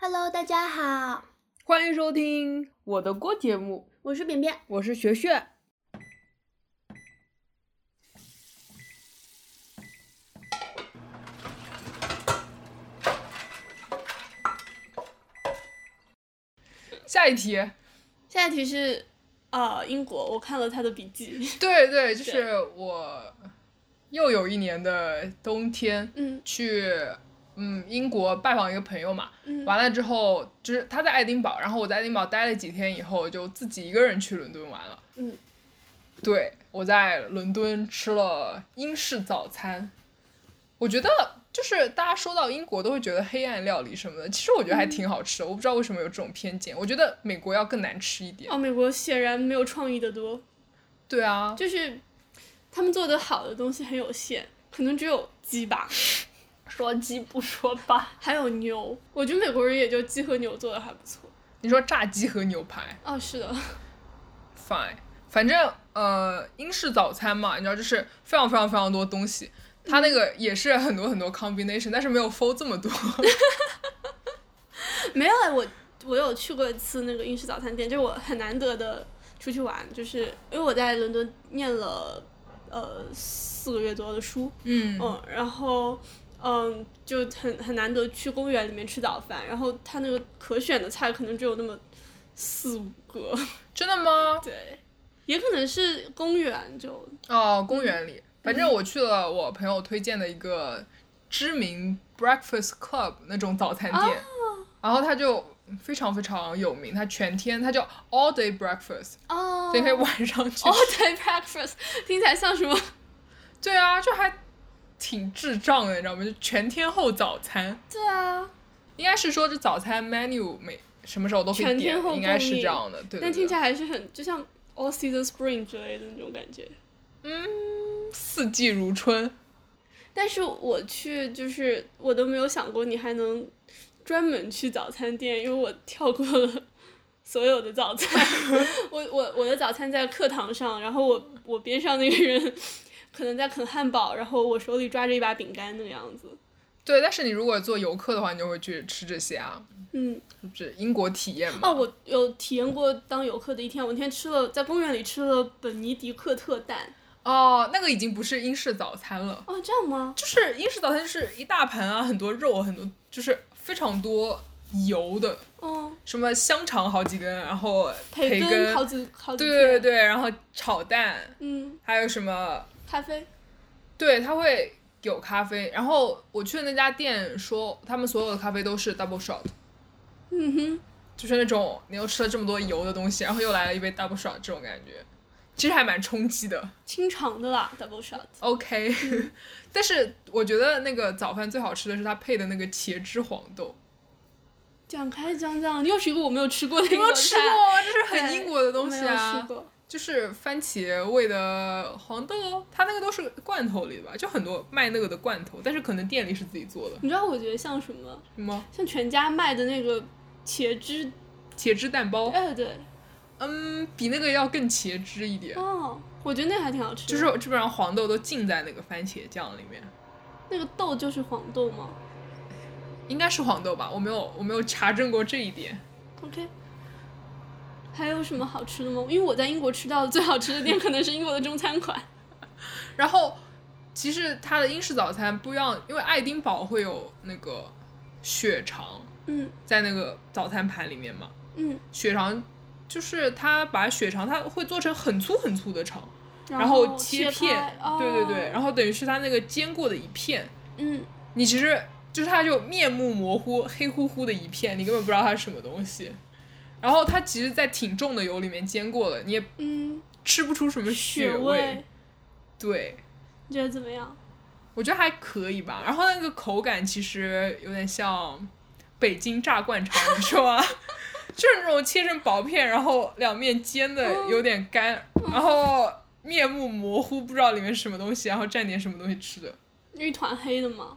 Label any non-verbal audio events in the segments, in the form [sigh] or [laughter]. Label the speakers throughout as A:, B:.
A: Hello，大家好，
B: 欢迎收听我的锅节目，
A: 我是扁扁。
B: 我是学学。下一题，
C: 下一题是，呃，英国，我看了他的笔记。
B: 对对，就是我又有一年的冬天
C: 嗯
B: 去嗯英国拜访一个朋友嘛，
C: 嗯
B: 完了之后就是他在爱丁堡，然后我在爱丁堡待了几天以后，就自己一个人去伦敦玩了。
C: 嗯，
B: 对，我在伦敦吃了英式早餐，我觉得就是大家说到英国都会觉得黑暗料理什么的，其实我觉得
C: 嗯
B: 还挺好吃的。我不知道为什么有这种偏见，我觉得美国要更难吃一点。
C: 哦，美国显然没有创意的多，
B: 对啊，
C: 就是他们做的好的东西很有限，可能只有鸡吧，
A: [laughs] 说鸡不说吧，
C: 还有牛。我觉得美国人也就鸡和牛做的还不错。
B: 你说炸鸡和牛排
C: 哦，是的，
B: ，fine，反正呃，英式早餐嘛，你知道就是非常非常非常多东西，它那
C: 嗯
B: 个也是很多很多 combination，但是没有 fold 这
C: [laughs]
B: 么多。
C: [laughs] 没有啊我，我有去过一次那个英式早餐店，就是我很难得的出去玩，就是因为我在伦敦念了呃四个月左右的书，
B: 嗯
C: 嗯，然后嗯，就很很难得去公园里面吃早饭，然后他那个可选的菜可能只有那么四五个，
B: [laughs]
C: [laughs]
B: 真的吗？
C: 对，也可能是公园就
B: 哦，公园里，反正我去了我朋友推荐的一个知名 Breakfast Club 那种早餐店，
C: 哦
B: 然后它就非常非常有名，它全天它叫 All Day Breakfast，
C: 哦
B: 所以可以晚上去。
C: 哦对，breakfast [laughs] 听起来像什么？
B: 对啊，就还挺智障的，你知道吗？就全天候早餐，
C: 对啊，
B: 应该是说这早餐 menu 每什么时候都可以
C: 全天
B: 点
C: 候，
B: 应该是
C: 供
B: 这
C: 应
B: 样的。对对
C: 但听起
B: 对，
C: 来还是很就像 all season spring 之类的那种感觉。
B: 四季如春。
C: 但是我去就是我都没有想过你还能专门去早餐店，因为我跳过了 [laughs] 所有的早餐。 [laughs] 我我我的早餐在课堂上，然后我我边上那个人可能在啃汉堡，然后我手里抓着一把饼干那个样子。
B: 对，但是你如果做游客的话，你就会去吃这些啊，
C: 嗯，
B: 就是英国体验嘛。
C: 哦，我有体验过当游客的一天，我那天吃了在公园里吃了本尼迪克特蛋。
B: 哦，那个已经不是英式早餐了，
C: 哦，这样吗？
B: 就是英式早餐就是一大盘啊，很多肉，很多就是非常多油的，
C: 哦，
B: 什么香肠好几根，然后培
C: 培
B: 根，
C: 好几好几
B: 对
C: 片
B: 对对，然后炒蛋，
C: 嗯，
B: 还有什么，
C: 咖啡。
B: 对，它会有咖啡。然后我去的那家店说，他们所有的咖啡都是 double shot，
C: 嗯哼，
B: 就是那种你又吃了这么多油的东西，然后又来了一杯 double shot 这种感觉，其实还蛮冲击的。
C: 清肠的啦，double shot。
B: OK，、但 [laughs]
C: 嗯
B: 是我觉得那个早饭最好吃的是它配的那个茄汁黄豆，
C: 讲开讲讲，又是一个我没有吃过的
B: 你
C: 英
B: 没有
C: 国
B: 吃
C: 菜，
B: 过啊，这是
C: 对
B: 很英国的东西
C: 没有
B: 啊
C: 吃，过
B: 就是番茄味的黄豆，哦它那个都是罐头里的吧，就很多卖那个的罐头，但是可能店里是自己做的，
C: 你知道我觉得像什么？
B: 什么
C: 像全家卖的那个茄汁，
B: 茄汁蛋包，
C: 哎对，
B: 嗯，比那个要更茄汁一点，
C: 哦，我觉得那个还挺好吃的。
B: 就是基本上黄豆都浸在那个番茄酱里面，
C: 那个豆就是黄豆吗
B: 应该是黄豆吧，我没有我没有查证过这一点。
C: ？OK。还有什么好吃的吗？因为我在英国吃到的最好吃的店可能是英国的中餐馆。
B: 然后其实它的英式早餐不一样，因为爱丁堡会有那个血肠
C: 嗯
B: 在那个早餐盘里面嘛，
C: 嗯，
B: 血肠就是它把血肠它会做成很粗很粗的肠，然
C: 后
B: 后切
C: 开
B: 片，对对对，，
C: 哦
B: 然后等于是它那个煎过的一片，
C: 嗯，
B: 你其实就是它就面目模糊、黑乎乎的一片，你根本不知道它是什么东西。然后它其实，在挺重的油里面煎过了，你也
C: 嗯，
B: 吃不出什么
C: 血
B: 味。
C: 味，
B: 对，
C: 你觉得怎么样？
B: 我觉得还可以吧。然后那个口感其实有点像北京炸灌肠，你说吗？ [laughs] 就是那种切成薄片，然后两面煎的
C: 嗯
B: 有点干，然后面目模糊，不知道里面是什么东西，然后蘸点什么东西吃的。
C: 一团黑的吗？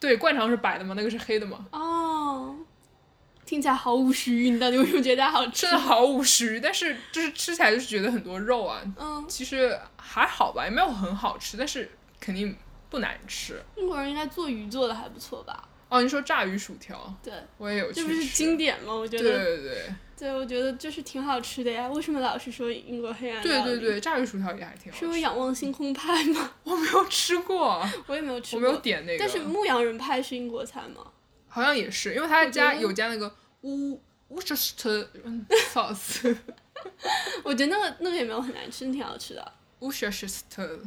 B: 对，灌肠是白的嘛，那个是黑的嘛，
C: 哦，听起来毫无食欲，你到底为什么觉得它好吃
B: 真？的毫无食 [laughs] 欲。但是就是吃起来就是觉得很多肉啊，
C: 嗯，
B: 其实还好吧，也没有很好吃，但是肯定不难吃。
C: 英国人应该做鱼做的还不错吧？
B: 哦，你说炸鱼薯条，
C: 对，
B: 我也有去
C: 这
B: 吃，
C: 不是经典吗？我觉
B: 对
C: 得，
B: 对对
C: 对，我觉得就是挺好吃的呀。为什么老是说英国黑暗
B: 对
C: 料
B: 对
C: 理？
B: 对，炸鱼薯条也还挺好
C: 是
B: 吃
C: 有
B: 的。
C: 仰望星空派吗？ [laughs]
B: 我没有吃过，
C: 我也没有吃
B: 我
C: 过，
B: 没有点那个，
C: 但是牧羊人派是英国菜吗？
B: 好像也是，因为他
C: 我觉
B: 家
C: 得
B: 有加那个 w w c h e s t e
C: [laughs]
B: sauce。
C: 我觉得那个那个也没有很难吃，挺好吃的。
B: Worcester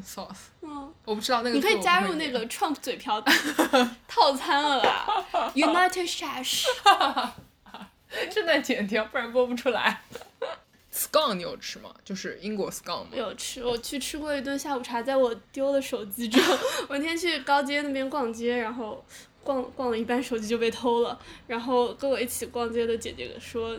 B: sauce，
C: 嗯，
B: 我不知道那个
C: 你可
B: 字
C: 以
B: 我
C: 加
B: 不会
C: 入那
B: 念
C: 个 Trump 嘴瓢 [laughs] 套餐了啦，United Stash。
B: [laughs] 正在剪掉，不然播不出来。Scone 你有吃吗？就是英国 Scone 吗？
C: 有吃，我去吃过一顿下午茶，在我丢了手机之后， [laughs] 我那天去高街那边逛街，然后逛逛了一半，手机就被偷了。然后跟我一起逛街的姐姐说：“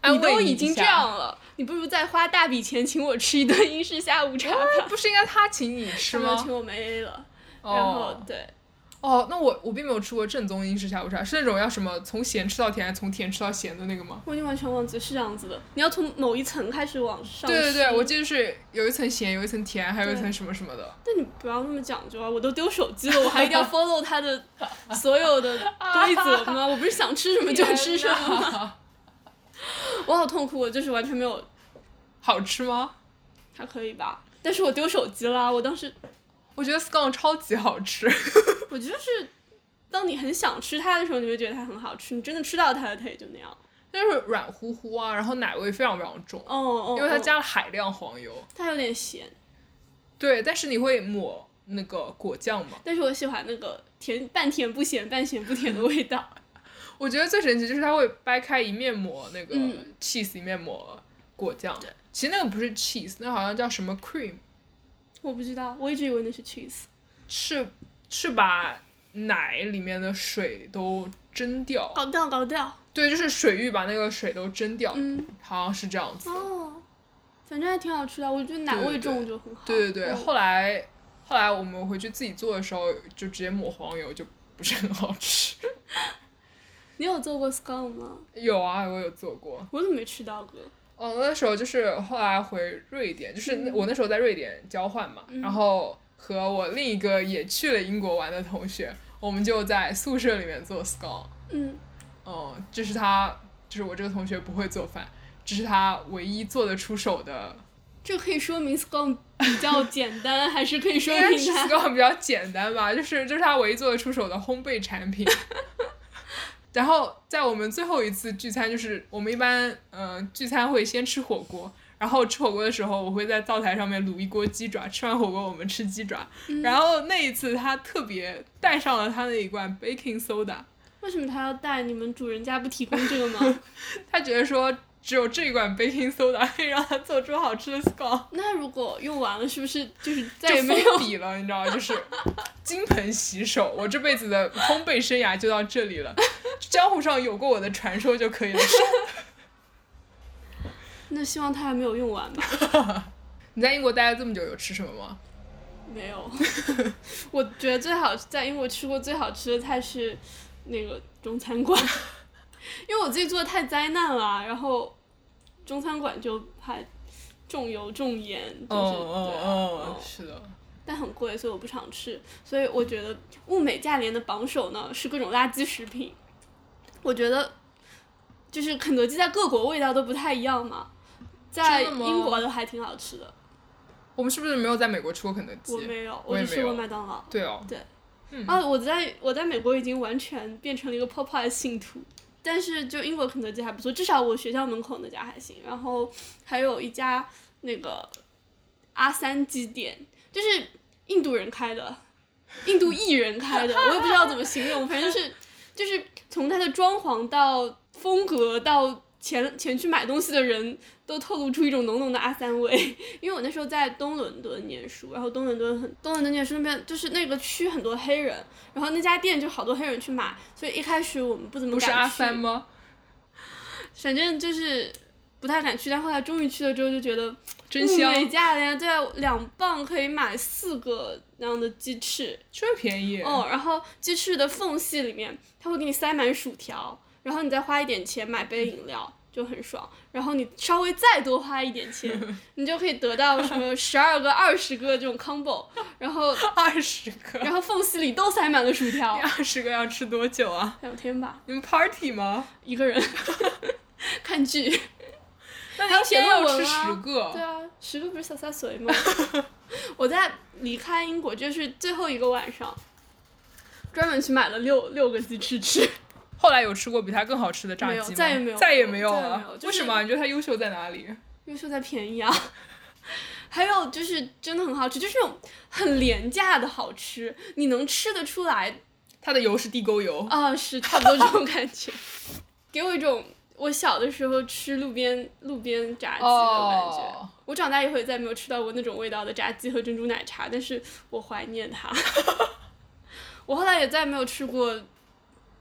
B: 安慰
C: 都
B: 你
C: 已
B: 一
C: 经这
B: 下
C: 样了，你不如再花大笔钱请我吃一顿英式下午茶
B: [laughs]
C: 吧。
B: 不是应该他请你”吃
C: 他们
B: 吗
C: 请？我们 A 了，然后
B: 哦
C: 对，
B: 哦，那我我并没有吃过正宗英式下午茶，是那种要什么从咸吃到甜，还是从甜吃到咸的那个吗？
C: 我已经完全忘记是这样子的。你要从某一层开始往上。
B: 对对对，我。记得是有一层咸，有一层甜，还有一
C: 对
B: 层什么什么的。
C: 但你不要那么讲究啊！我都丢手机了，我还一
B: [laughs]
C: 定要 follow 他的所有的规则吗？我不是想吃什么就吃什么。
B: 么？
C: 我好痛苦，我就是完全没有，
B: 好吃吗？
C: 还可以吧。但是我丢手机啦，我当时
B: 我觉得 scone 超级好吃。
C: 我就是，当你很想吃它的时候，你会觉得它很好吃，你真的吃到它了，它也就那样。
B: 就是软乎乎啊，然后奶味非常非常重，
C: 哦哦，
B: 因为它
C: 哦
B: 加了海量黄油。
C: 它有点咸，
B: 对，但是你会抹那个果酱吗？
C: 但是我喜欢那个甜半甜不咸、半咸不甜的味道。 [laughs]
B: 我觉得最神奇就是它会掰开一面抹那个
C: 嗯
B: cheese，一面抹果酱。其实那个不是 cheese，那好像叫什么 cream，
C: 我不知道，我一直以为那是 cheese。
B: 是是把奶里面的水都蒸掉。
C: 搞掉，搞掉。
B: 对，就是水域把那个水都蒸掉，
C: 嗯，
B: 好像是这样子的。
C: 哦，反正还挺好吃的，我觉得奶味重就很好。
B: 对对对，
C: 哦
B: 后来后来我们回去自己做的时候，就直接抹黄油，就不是很好吃。 [laughs]
C: 你有做过 scone 吗？
B: 有啊，我有做过。
C: 我怎么没吃到过？
B: 哦，那时候就是后来回瑞典，就是那我那时候在瑞典交换嘛，
C: 嗯
B: 然后和我另一个也去了英国玩的同学，我们就在宿舍里面做 scone。
C: 嗯，
B: 嗯，这是他，就是我这个同学不会做饭，这是他唯一做得出手的。
C: 这可以说明 scone 比较简单，还是可以
B: 应
C: 说
B: 该
C: 明
B: 是
C: 它
B: scone 比较简单吧，就是这是他唯一做得出手的烘焙产品。然后在我们最后一次聚餐，就是我们一般嗯、呃聚餐会先吃火锅，然后吃火锅的时候，我会在灶台上面卤一锅鸡爪，吃完火锅我们吃鸡爪。然后那一次他特别带上了他那一罐 baking soda，
C: 为什么他要带？你们主人家不提供这个吗？
B: 他觉得说只有这一罐 baking soda 可以让他做出好吃的 scone。
C: 那如果用完了，是不是就是再
B: 就
C: 也没
B: 封
C: 有？
B: 笔了，你知道吗？就是 [laughs] 金盆洗手，我这辈子的烘焙生涯就到这里了。江湖上有过我的传说就可以了。
C: [laughs] 那希望他还没有用完吧？
B: 你在英国待了这么久，有吃什么吗？
C: 没有， [laughs] 我觉得最好在英国吃过最好吃的菜是那个中餐馆，因为我自己做的太灾难了，然后中餐馆就还重油重盐，就是、
B: 哦
C: 对啊嗯
B: 是的，
C: 但很贵，所以我不常吃。所以我觉得物美价廉的榜首呢是各种垃圾食品。我觉得就是肯德基在各国味道都不太一样嘛，在
B: 真的吗
C: 英国的还挺好吃的。
B: 我们是不是没有在美国吃过肯德
C: 我
B: 基？
C: 没有，
B: 我也
C: 就
B: 没
C: 吃
B: 有
C: 过麦当劳。
B: 对哦，
C: 啊，我在我在美国已经完全变成了一个 Popeye 信徒，但是就英国肯德基还不错，至少我学校门口那家还行。然后还有一家那个阿三鸡店，就是印度人开的，印度裔
B: [laughs]
C: 人开的，我也不知道怎么形容，反正是就是从它的装潢到风格到。前前去买东西的人都透露出一种浓浓的阿三味， [laughs] 因为我那时候在东伦敦念书，然后东伦敦很东伦敦念书那边就是那个区很多黑人，然后那家店就好多黑人去买，所以一开始我们不怎么
B: 不
C: 敢
B: 是
C: 去。
B: 阿三吗？
C: 反正就是不太敢去，但后来终于去了之后就觉得
B: 真
C: 物
B: 香，
C: 美价廉，对啊，两磅可以买四个那样的鸡翅，
B: 这么便宜。
C: 哦，然后鸡翅的缝隙里面它会给你塞满薯条，然后你再花一点钱买杯饮料，就很爽。然后你稍微再多花一
B: [laughs]
C: 点钱，你就可以得到什么十二个、二十个这种 combo，然后
B: [laughs] 二十个，
C: 然后缝隙里都塞满了薯条，
B: 二十个要吃多久啊？
C: 两天吧，
B: 你们 party 吗？
C: 一个人 [laughs] 看剧。
B: [laughs] 那
C: 还
B: 你
C: 要
B: 一
C: 写
B: 天
C: 论
B: 要
C: 文
B: 吃
C: 啊
B: 十个，
C: 对啊，十个不是洒洒水吗？ [laughs] 我在离开英国就是最后一个晚上，专门去买了六六个鸡翅吃。
B: 后来有吃过比它更好吃的炸
C: 没
B: 鸡
C: 有
B: 吗？
C: 再也没有
B: 再也没有
C: 再也没
B: 了。
C: 有就
B: 为
C: 是
B: 什么啊？你觉得它优秀在哪里？
C: 优秀在便宜啊。 [laughs] 还有就是真的很好吃，就是那种很廉价的好吃，你能吃得出来
B: 它的油是地沟油，
C: 啊、是差不多这种感觉， [laughs] 给我一种我小的时候吃路边路边炸鸡的感觉。
B: 哦
C: 我长大以后也再没有吃到过那种味道的炸鸡和珍珠奶茶，但是我怀念它。 [laughs] 我后来也再没有吃过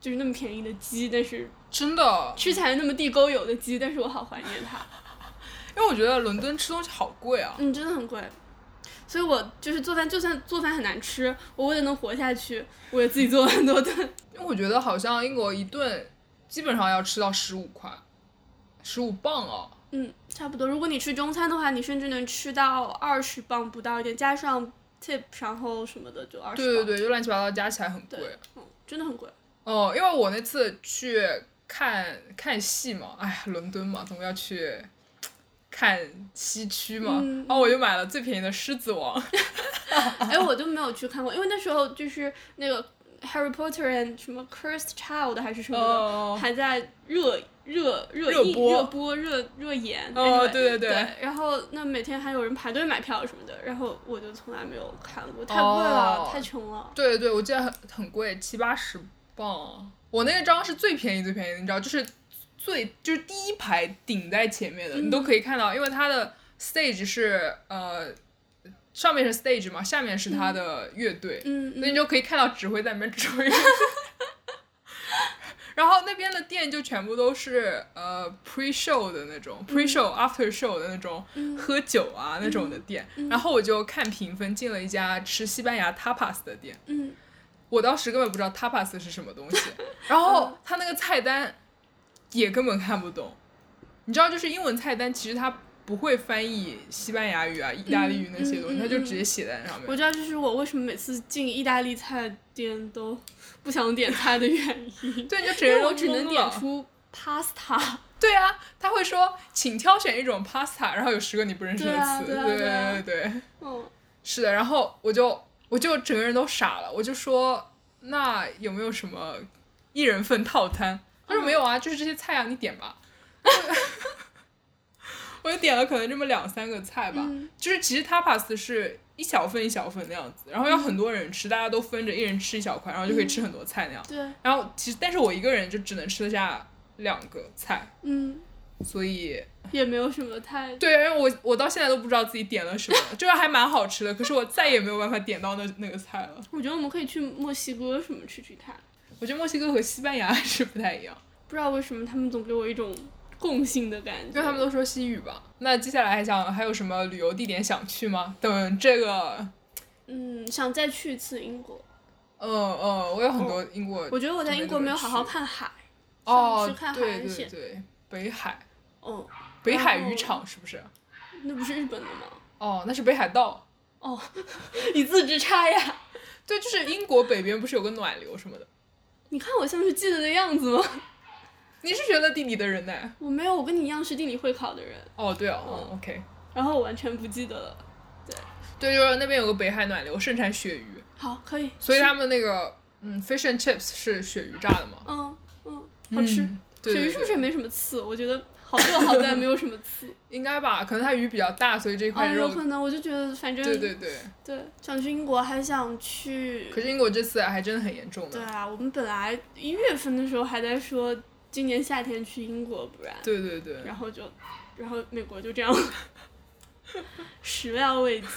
C: 就是那么便宜的鸡，但是
B: 真的。
C: 吃起来那么地沟油的鸡，但是我好怀念它。
B: 因为我觉得伦敦吃东西好贵啊。
C: 嗯，真的很贵。所以我就是做饭，就算做饭很难吃，我为了能活下去，我也自己做了很多顿。
B: 因为我觉得好像英国一顿基本上要吃到十五块，十五磅哦。
C: 嗯，差不多。如果你吃中餐的话，你甚至能吃到二十磅不到一点，加上 tip，然后什么的就二十。
B: 对对，对，就乱七八糟加起来很贵。
C: 对嗯，真的
B: [laughs]
C: 很贵。
B: 哦，因为我那次去看看戏嘛，哎呀，伦敦嘛，总归要去看西区嘛，
C: 嗯
B: 然后我就买了最便宜的《狮子王》
C: 哎，我都没有去看过，因为那时候就是那个 Harry Potter and 什么 Cursed Child 还是什么的，
B: 哦
C: 还在热热热
B: 热
C: 映
B: 播
C: 热播热热演。
B: 哦
C: anyway，
B: 对对对
C: 然后那每天还有人排队买票什么的，然后我就从来没有看过，太贵
B: 哦
C: 了，太穷了。
B: 对对对，我记得很很贵，七八十磅。我那张是最便宜最便宜的，你知道，就是最就是第一排顶在前面的，你都可以看到，因为它的 stage 是呃上面是 stage 嘛，下面是它的乐队，
C: 嗯
B: 所以你
C: 嗯，
B: 就可以看到指挥在那边指挥。 [laughs] 然后那边的店就全部都是呃 pre show 的那种、pre show
C: 嗯
B: after show 的那种、喝酒啊那种的店。
C: 嗯
B: 然后我就看评分进了一家吃西班牙 tapas 的店，
C: 嗯，
B: 我当时根本不知道 tapas 是什么东西，然
C: 嗯
B: 后他那个菜单也根本看不懂。你知道，就是英文菜单其实它不会翻译西班牙语啊、意大利语那些东西，
C: 嗯嗯
B: 它就直接写在那上面。
C: 我知道这是我为什么每次进意大利菜店都不想点菜的原因，
B: 对，你就直
C: 因
B: 接
C: 为我只
B: 懵
C: 能点
B: 了
C: 出 pasta。
B: 对啊，他会说，请挑选一种 pasta，然后有十个你不认识的
C: 对啊
B: 词，
C: 对啊
B: 对
C: 对啊
B: 对对对
C: 嗯，
B: 是的。然后我就我就整个人都傻了，我就说，那有没有什么一人份套餐？他说没有啊，就是这些菜啊，你点吧。 [laughs] 我就点了可能这么两三个菜吧，
C: 嗯
B: 就是其实 tapas 是一小份一小份那样子，然后要很多人吃，大家都分着一人吃一小块，然后就可以吃很多菜那样。
C: 对，
B: 然后其实但是我一个人就只能吃得下两个菜，
C: 嗯，
B: 所以
C: 也没有什么太
B: 对，因为我我到现在都不知道自己点了什么，这个还蛮好吃的，可是我再也没有办法点到那那个菜了。
C: 我觉得我们可以去墨西哥什么吃吃看，
B: 我觉得墨西哥和西班牙 [laughs] 还是不太一样，
C: 不知道为什么他们总给我一种共性的感觉，
B: 因为他们都说西语吧。那接下来还想还有什么旅游地点想去吗？等这个，
C: 嗯想再去一次英国。
B: 嗯嗯，我有很多英国
C: 我觉得我在英国没有好好看海，
B: 哦
C: 上次看，海
B: 对
C: 岸
B: 对
C: 线
B: 对，北海
C: 哦，
B: 北海
C: 然后
B: 渔场是不是？
C: 那不是日本的吗？
B: 哦，那是北海道。
C: 哦， [laughs] 一字之差呀！
B: 对，就是英国北边不是有个暖流什么的？
C: 你看我像是记得的样子吗？
B: 你是学了地理的人呢？
C: 我没有，我跟你一样是地理会考的人，
B: 哦，对哦、嗯、，OK，
C: 然后我完全不记得了。
B: 对，就是那边有个北海暖流，盛产鳕鱼。
C: 好，可以。
B: 所以他们那个嗯，fish and chips 是鳕鱼炸的嘛？
C: 嗯嗯，好吃。
B: 嗯对
C: 鳕鱼
B: 对
C: 是不是
B: 对
C: 也没什么刺？我觉得好做好在没有什么
B: [laughs]
C: 刺。
B: 应该吧？可能它鱼比较大，所以这
C: 啊，
B: 块肉。
C: 有可能，我就觉得反正
B: 对对对，
C: 对想去英国，还想去。
B: 可是英国这次还真的很严重
C: 对
B: 的。
C: 啊，我们本来一月份的时候还在说今年夏天去英国，不然，
B: 对对对，
C: 然后就，然后美国就这样 [laughs] 了，始料
B: [laughs]
C: 未及。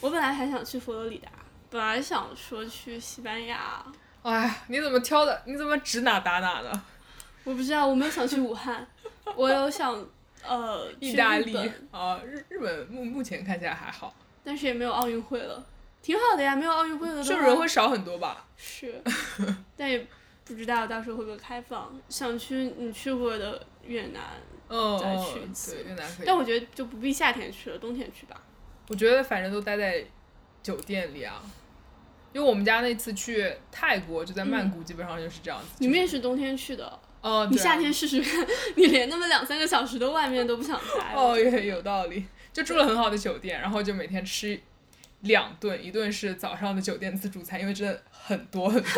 C: 我本来还想去佛罗里达，本来想说去西班牙，
B: 哎，你怎么挑的？你怎么指哪打哪呢？
C: 我不知道，我没有想去武
B: [laughs]
C: 汉，我有想呃
B: 意
C: 去
B: 大
C: 日
B: 利
C: 本
B: 啊，日日本目目前看起来还好，
C: 但是也没有奥运会了，挺好的呀，没有奥运会了的
B: 就
C: 话
B: 人会少很多吧？
C: [laughs] 是，但也不知道到时候会不会开放。想去你去过的越南，
B: 嗯，
C: 再
B: 嗯
C: 去一
B: 对
C: 次
B: 越南可以。
C: 但我觉得就不必夏天去了，冬天去吧。
B: 我觉得反正都待在酒店里啊，因为我们家那次去泰国就在曼谷，基本上就是这样子。
C: 你们也是冬天去的，
B: 哦，
C: 嗯你
B: 对啊
C: 夏天试试看，你连那么两三个小时的外面都不想待。
B: 哦，也有道理，就住了很好的酒店，然后就每天吃两顿，一顿是早上的酒店自助餐，因为真的很多很
C: [laughs]
B: 多，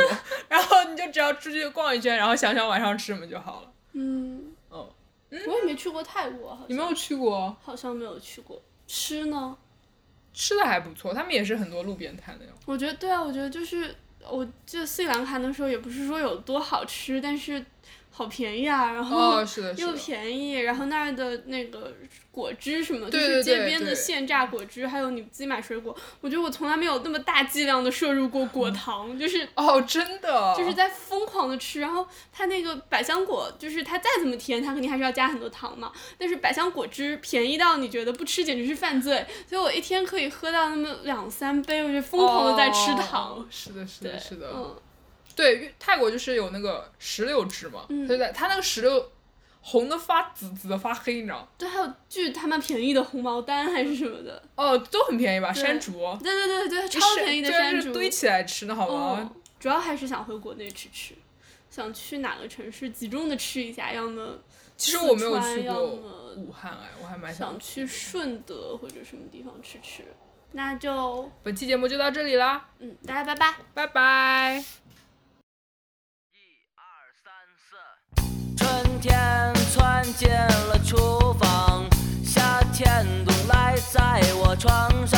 B: 然后你就只要出去逛一圈，然后想想晚上吃什么就好了。
C: 嗯，
B: 哦，
C: 我也没去过泰国，好像
B: 你没有去过，
C: 好像没有去过。吃呢？
B: 吃的还不错，他们也是很多路边摊的哟。
C: 我觉得对啊，我觉得就是我记得斯里兰卡的时候，也不是说有多好吃，但是好便宜啊，然后
B: 哦，是的，是
C: 又
B: 的。
C: 便宜，然后那儿的那个果汁什么，
B: 对
C: 就
B: 对
C: 是街
B: 对
C: 边的
B: 对
C: 现榨果汁，还有你自己买水果，我觉得我从来没有那么大剂量的摄入过果
B: 嗯
C: 糖，就是
B: 哦，真的，
C: 就是在疯狂的吃，然后它那个百香果，就是它再怎么甜，它肯定还是要加很多糖嘛。但是百香果汁便宜到你觉得不吃简直是犯罪，所以我一天可以喝到那么两三杯，我就疯狂的在吃糖。
B: 哦是的，是
C: 对，
B: 的，是的。
C: 嗯，
B: 对，越泰国就是有那个石榴汁嘛，
C: 嗯
B: 对不对？它那个石榴红的发紫，紫的发黑，你知道吗？
C: 对，还有巨他妈便宜的红毛丹还是什么的，
B: 哦，都很便宜吧？
C: 对
B: 山竹，
C: 对对对对，超
B: 哦是
C: 便宜的
B: 对啊
C: 山
B: 就
C: 竹
B: 是。堆啊起来吃的好
C: 嗯
B: 吗？，
C: 主要还是想回国内吃吃，想去哪个城市集中的吃一下，要么
B: 其实我没有
C: 四
B: 去
C: 川要
B: 过
C: 么
B: 武汉，哎，我还蛮
C: 想去
B: 去。
C: 顺德或者什么地方吃吃。那就
B: 本期节目就到这里啦，
C: 嗯，大家拜拜。
B: 拜拜。
D: 春天窜进了厨房，夏天总赖在我床上。